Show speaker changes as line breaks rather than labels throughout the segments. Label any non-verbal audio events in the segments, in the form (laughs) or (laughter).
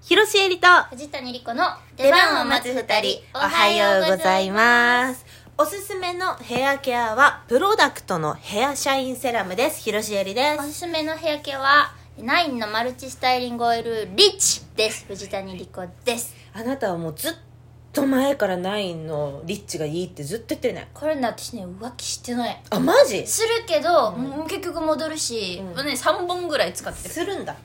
広瀬えりと
藤谷莉子の
出番を待つ二人おはようございますおすすめのヘアケアはプロダクトのヘアシャインセラムです広瀬えりで
おす
す
すめのヘアケアはナインのマルチスタイリングオイルリッチです藤谷莉子です
あなたはもうずっと前からナインのリッチがいいってずっと言ってるね
これね私ね浮気してない
あマジ
するけど、
うん
もう結局戻るし、
うん
もうね3本ぐらい使ってる
するんだ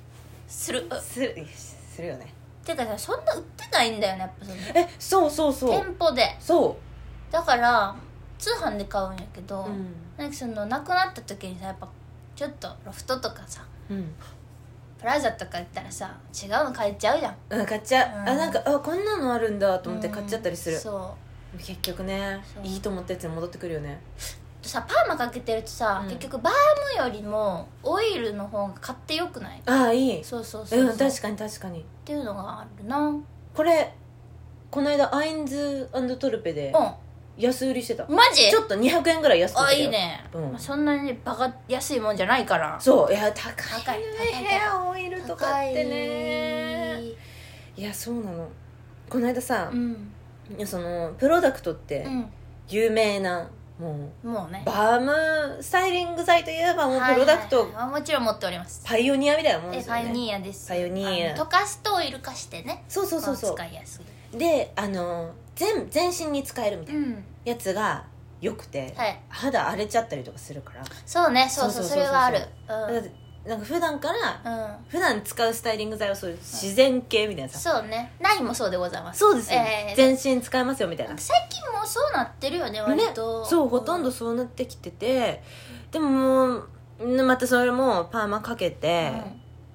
するう
するするよね
てかさそんな売ってないんだよねやっぱその
えそうそうそう
店舗で
そ
だから通販で買うんやけど、
ううん、
なんかそのなくなった時にさやっぱちょっとロフトとかさ
うん
プラザとか行ったらさ違うの買えちゃうじゃん
うん、買っちゃう、
うん
あなんかあこんなのあるんだと思って買っちゃったりする、
うんそ
結局ね
そう
いいと思ったやつに戻ってくるよね
うさパーマかけてるとさ、
うん
結局バームよりもオイルの方が買ってよくない
ああいい
そうそうそうそう、
うん確
っ
かに確かに
ていうのがあるなうん
これこの間アインズトルペで
マ
安売りしてた、
ジ
ちょっと200円ぐらい安くなっ
あ
てた
い
よ
いね、
うん
まあ、そんなにバカ安いもんじゃないから
そういや高いよ
高い
ね
高い
ヘアオイルとかってねいやそうなのこの間さ
う、ん
いやそのプロダクトって
う
有名な、も
んもうね
うバームスタイリング剤といえばもう
はい
プロダクト
はいはいもちろん持っております
パイオニアみたいなもんで
え
すよ
パイオ
ね
ニアです
パイオニア
あの溶かすとオイル化してね
そうそうそうそう
まあ使いやすい
であの全全身に使えるみたいな
うん
やつがよくて、
はい
肌荒れちゃったりとかするから
そうねそうそう
そ
そ
そうそうそう
うれはある
だってなんか普段から
うんうん
普段使うスタイリング剤はそういう自然系みたいなさ、
そうねナインもそうでございます
そうですよ、
ええ
全身使えますよみたいな
最近もうそうなってるよね割と、
ね、そうほとんど
う
そうなってきててでももうまたそれもパーマかけ
ん
て、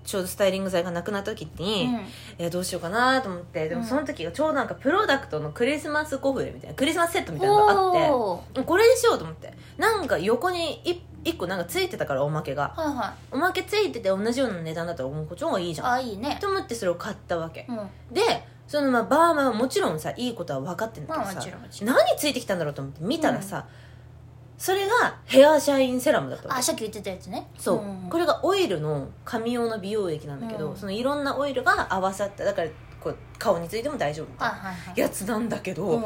ちょうどスタイリング剤がなくなった時
うん
に、えどうしようかなと思ってでもその時がちょうどなんかプロダクトのクリスマスコフレみたいなクリスマスセットみたいなのがあって
おー
これにしようと思ってなんか横にい一個なんかついてたからおまけが
はいは
おまけついてて同じような値段だったらもうこっちの方がいいじ
い
ゃん
あいいね
と思ってそれを買ったわけ
うん
でそのまあバーマンはもちろんさいいことは分かってんだけど
まあ
さ
もちろんもちろん
何ついてきたんだろうと思って見たらさ、それがヘアシャインセラムだったわ
あ
け
さっき言ってたやつね
そう、
ん
これがオイルの髪用の美容液なんだけど、
うん
そのいろんなオイルが合わさっただからこう顔についても大丈夫みた
はいい
な
はいはい
やつなんだけど、
うん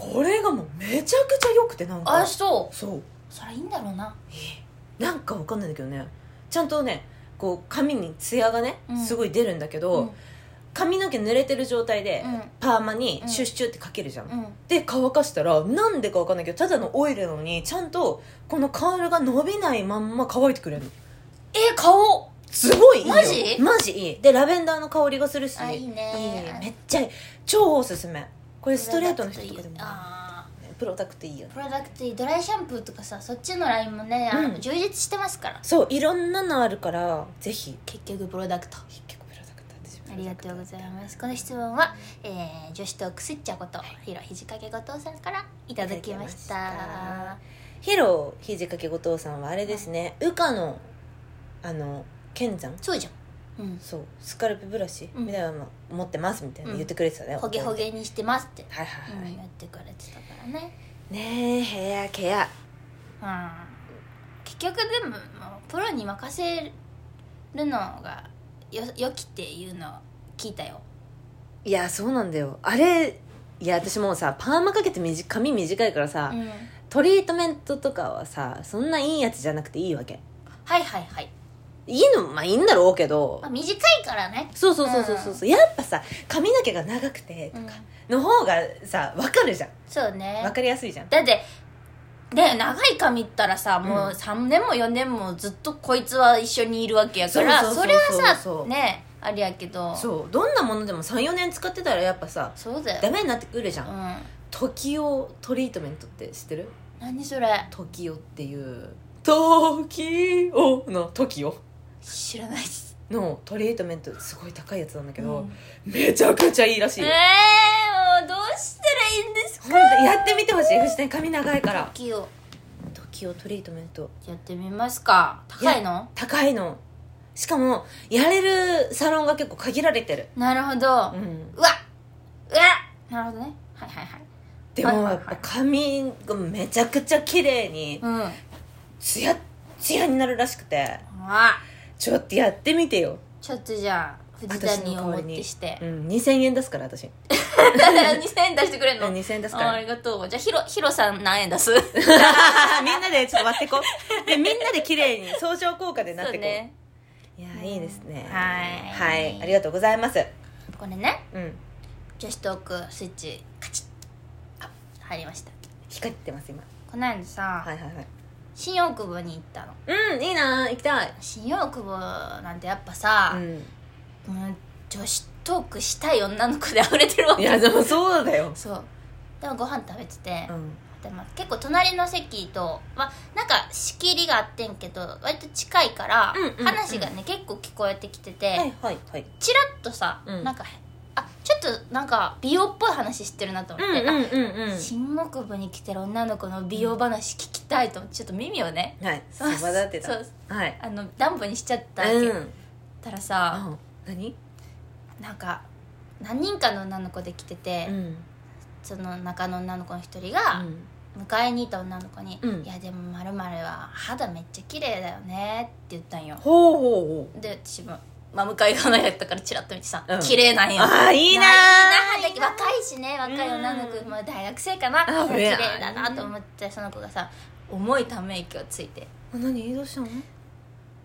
これがもうめちゃくちゃ良くてなんか
あそ
そう
うそれいいんだろうな
なんかわかんないんだけどねちゃんとねこう髪にツヤがね
うん
すごい出るんだけど、
うん
髪の毛濡れてる状態で、
うん
パーマにシュッシュってかけるじゃん、
うん
で乾かしたらなんでかわかんないけどただのオイルなのにちゃんとこのカールが伸びないまんま乾いてくれるの
え顔
すごいいいよ
マジ
マジいいでラベンダーの香りがするし
あいいね
いいめっちゃいい超おすすめこれストレートの人とかでもね
あ
プロダクトいいよね
ープロダクトいいドライシャンプーとかさそっちのラインもね、あの
うん
充実してますから
そういろんなのあるからぜひ
結局プロダクト
結局プロダクト私
ありがとうございますこの質問は、えー女子トークスッチャことヒロひじかけ後藤さんからいただきました
いただきまヒロひじかけ後藤さんはあれですね羽化のあの剣山
そうじゃん、うん、
そうスカルプブラシ
うん
みたいなの持ってますみたいな
うん
言ってくれてたね、
ほげほげにしてますって、
はいはい
うん
はい、
言ってくれてたからね
ねえヘアケア
うん結局でももうプロに任せるのがよよきっていうのを聞いたよ
いやそうなんだよあれいや私もうさパーマかけて短髪短いからさ、
うんはい
トリートメントとかはさそんないいやつじゃなくていいわけ
はいはい、
いいのまあいいんだろうけど、
まあ、短いからね
そうそうそうそうそうそうやっぱさ髪の毛が長くて
うん
の方がさわかるじゃん
そうね
わかりやすいじゃん
だってね長い髪ったらさもうんう3年も4年もずっとこいつは一緒にいるわけやから
そうそう
そ
そう
れ
そう
は
そ
さ
う
ねあれやけどそう
そうどんなものでも34年使ってたらやっぱさ
だ
ダ
よ、
メになってくるじゃ
うんん、
時をトリートメントって知ってる
何それ
時をっていう時をの時を
知らないです
のトリートメントすごい高いやつなんだけ
う
ど
ん、
めちゃくちゃいいらしい
え
よ、
ー、もうどうしたらいいんですか
ほんとやってみてほしい藤谷髪長いから
時を
時をトリートメント
やってみますか高いの
高いのしかもやれるサロンが結構限られてる
なるほど、
うん
うわうわなるほどねはいはいはい
でも
は
や
い
っぱ髪がめちゃくちゃ綺麗に
うんう
ツヤッツヤになるらしくて
わ
ちょっとやってみてよ
ちょっとじゃあ藤田に思ってして
う、ん、2000円出すから私
(laughs) 2000円出してくれんの
2000円出すか
ああ
ら
りがとうじゃあヒロヒロさん何円出
(laughs)
す
みんなでちょっと割ってこうでみんなで綺麗に相乗効果でなってこういやいいですね
はい
はいありがとうございます
これね
うん
女子トークスイッチカチッあ入りました
光ってます今
この間さ、
はいはいはい
新大久保に行ったの
うんいいな行きたい
新大久保なんてやっぱさ
う、ん
もう女子トークしたい女の子で溢れてるわ
い
け
やでもそうだよ
そうでもご飯食べてて、
うん
でも結構隣の席とはなんか仕切りがあってんけど割と近いから、
うんうんうん
話がね結構聞こえてきてて、
はいはいはい
チラッとさ、
うん
なんかあちょっとなんか美容っぽい話知ってるなと思って、
うんうんうんう
あ
ん
新大久保に来てる女の子の美容話聞きたいと思ってちょっと耳をね
はいそばだってた
そう
はい
あのダンボにしちゃったわけ、
う
だ
ん
ったらさ、
あ何
なんか何人かの女の子で来てて、
うん
その中の女の子の一人が、迎えに行った女の子に「
うん
いやでもまるは肌めっちゃ綺麗だよね」って言ったんよ
ほうほうほう
で私も真向かい側やったからチラッと見てさ
うん
「綺麗なんよ」
あーいいなー
いいなーだけど若いしね若い女の
う
子
ん
まあ大学生かな
あ
綺麗だ
う
なんと思ってその子がさ重いため息をついて
あ何どうしたの
「い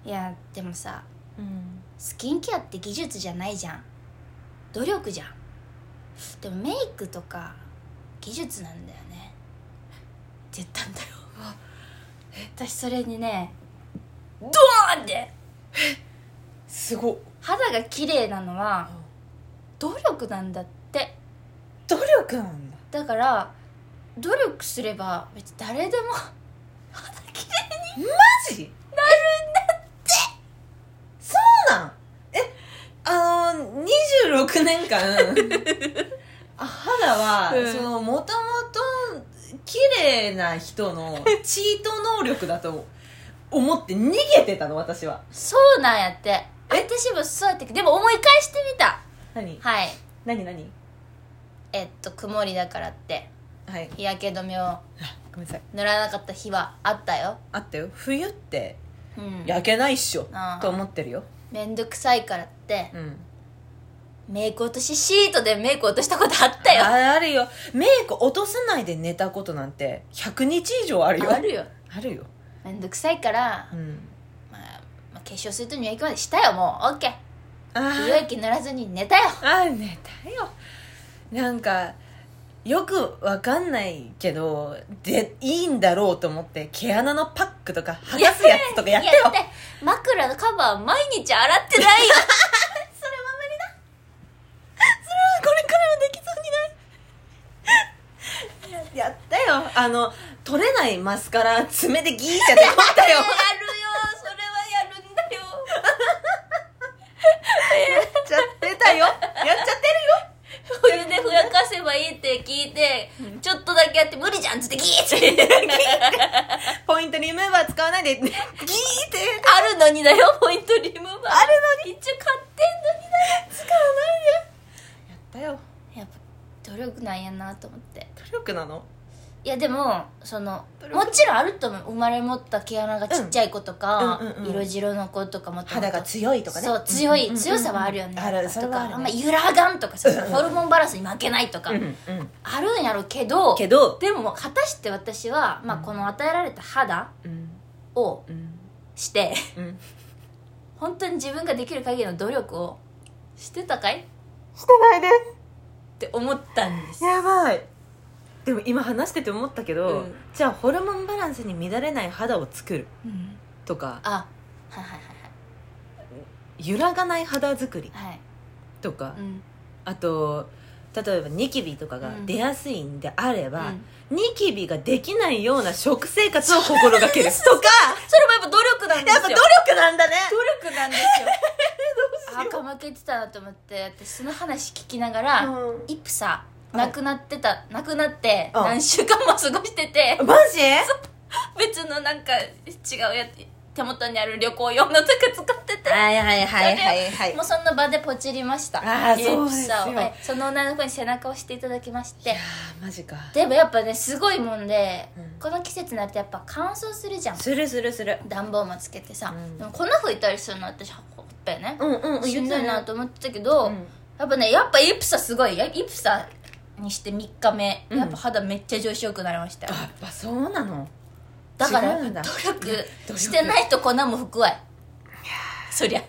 やでもさ
うん
スキンケアって技術じゃないじゃん努力じゃんでもメイクとか技術なんだよねって言ったん
(laughs)
だよ私それにねドーンって
すごっ
肌が綺麗なのは努力なんだって
努力なんだ
だから努力すれば別に誰でも (laughs) 肌綺麗に
マジなるんだってそうなんえあの26年 (laughs) 間あ肌は、
うん
そのもともと綺麗な人のチート能力だと思って逃げてたの私は
そうなんやって私もそうやってでも思い返してみた
何
はい
何何
えっと曇りだからって
はい
日焼け止めを
あごめんなさい
塗らなかった日はあったよ、
あったよ冬って
うん、
焼けないっしょ、
あー
と思ってるよ
めんどくさいからって
うん
メイク落としシートでメイク落としたことあったよあ
ああるよメイク落とさないで寝たことなんて100日以上あるよ
るよ
あるよ
めんどくさいから
う、ん
まあ、まあ化粧水と乳液までしたよもうオッケー美容
あ
液塗らずに寝たよ
あ寝たよなんかよくわかんないけどでいいんだろうと思って毛穴のパックとか剥がすやつとかやってよ
やって枕のカバー毎日洗ってないよそれは無理だ
これからもできそうにないやったよあの取れないマスカラ爪でギーってやってこった
や
よ
るよそれはやるんだよ
やっちゃってたよやっちゃってるよ
お湯でふやかせばいいって聞いてちょっとだけやって無理じゃんっつってギーッて
ポイントリムーバー使わないでギーって
あるのにだよポイントリムーバーあるのに一応買ってんのにだよ使わ
やったよ
ないでやっぱ努力なんやなと思って
努力なの
いやでもその
努力
もちろんあると思う生まれ持った毛穴がちっちゃい子とか、
うんうんうんうん
色白の子とかもともと
肌が強いとかね
そう強い、
んんん
強さはあるよね
あるそれはある、
とか
ね、
あんま揺らがんとか
(laughs)
さ、
うんうんうん
ホルモンバランスに負けないとか、
うんうん
あるんやろうけど
けど、
でも果たして私は、まあ、この与えられた肌
うん
を
うん
して (laughs)
うん、
本当に自分ができる限りの努力をしてたかいっ
してないで
て思ったんです
すやばいでも今話してて思ったけど、
うん
じゃあホルモンバランスに乱れない肌を作る
うん
とか
あはいはい
揺らがない肌作り
はいはい
とか、
うん
あと例えばニキビとかが出やすいんであれば、
うん
ニキビができないような食生活を心がけ (laughs) るとか
それもやっぱ努力なんです
やっ
よ
ぱ努力なんだね
努力なんで
(laughs)
すよあかまけてたなと思って私その話聞きながら、
うん
イプサ
うん
亡くなってた亡くなって
うん
何週間も過ごしてて
マジ
別のなんか違うやつ手元にある旅行用のとか使ってて
はいはいはいはいは
もうその場でポチりました
あー
イプサ
そ
を
うですよ
はいその女の子に背中を押していただきまして
あーマジか
でもやっぱねすごいもんで、
うん
この季節になるとやっぱ乾燥するじゃん
するするする
暖房もつけてさ、
うん
でもこんな風いたりするの私ほぱやね、
うんうんうん
しんどいな
と
と思ってたけど、やっぱねやっぱイプサすごいやイプサにして3日目、
うん
やっぱ肌めっちゃ調子よくなりました
やっぱそうなの
だから
違うん
努
だ
力してないと粉も含わいそりゃ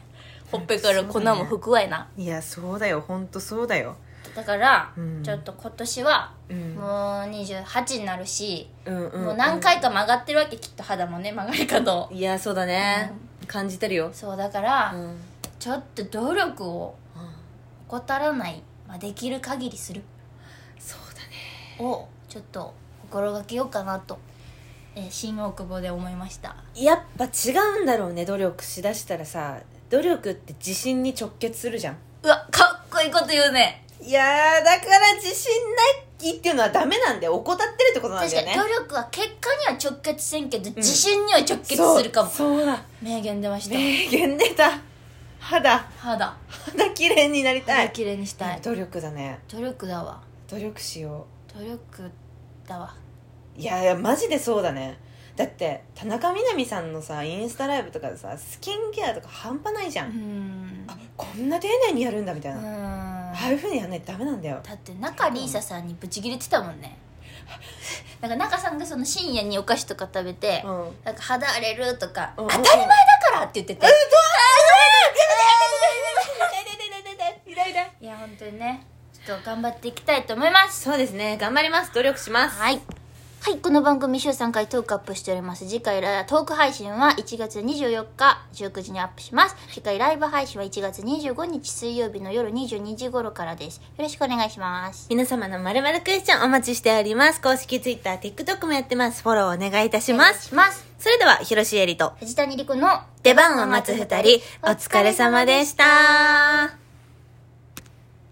ほっぺから粉も含わいない
やそうだよ本当そうだよ
だから、
うん
ちょっと今年は
うん
もう28になるし、
うんうん
もう何回か曲がってるわけきっと肌もね曲がり角を
いやそうだね感じてるよ
そうだから、
うんうん
ちょっと努力を怠らない、まあ、できる限りする
そうだね
をちょっと心がけようかなと、えー新大久保で思いました
やっぱ違うんだろうね努力しだしたらさ努力って自信に直結するじゃん
うわかっこいいこと言うね
いやーだから自信ないっていうのはダメなんで怠ってるってことなん
確
だ
か
よね
に努力は結果には直結せんけど、自信には直結するかも
そうそうだ
名言出ました
名言出た肌
肌
肌綺麗になりた
肌
い
きれいにしたい
努力だね
努力だわ
努力しよ
努力だわ
ういやいやマジでそうだねだって田中みな実さんのさインスタライブとかでさスキンケアとか半端ないじゃ、
うんん
あこんな丁寧にやるんだみた
う
いな、あ
ん
あいうふうにやんないとダメなんだよ
だって中里依紗さんにブチギレてたも
(laughs)
んねなんか中さんがその深夜にお菓子とか食べて、
うん
なんか肌荒れるとか、
うん
当たり前だからって言ってて、
イライラ
いや本当にねちょっと頑張っていきたいと思います
そうですね頑張ります努力します
はいはいこの番組週3回トークアップしております次回らトーク配信は1月24日19時にアップします次回ライブ配信は1月25日水曜日の夜22時頃からですよろしくお願いします
皆様のまるまるクエスチョンお待ちしております公式 TwitterTikTok もやってますフォローお願いいたします
します
それでは広瀬えりと
藤谷莉子の
出番を待つ二人お疲れ様でした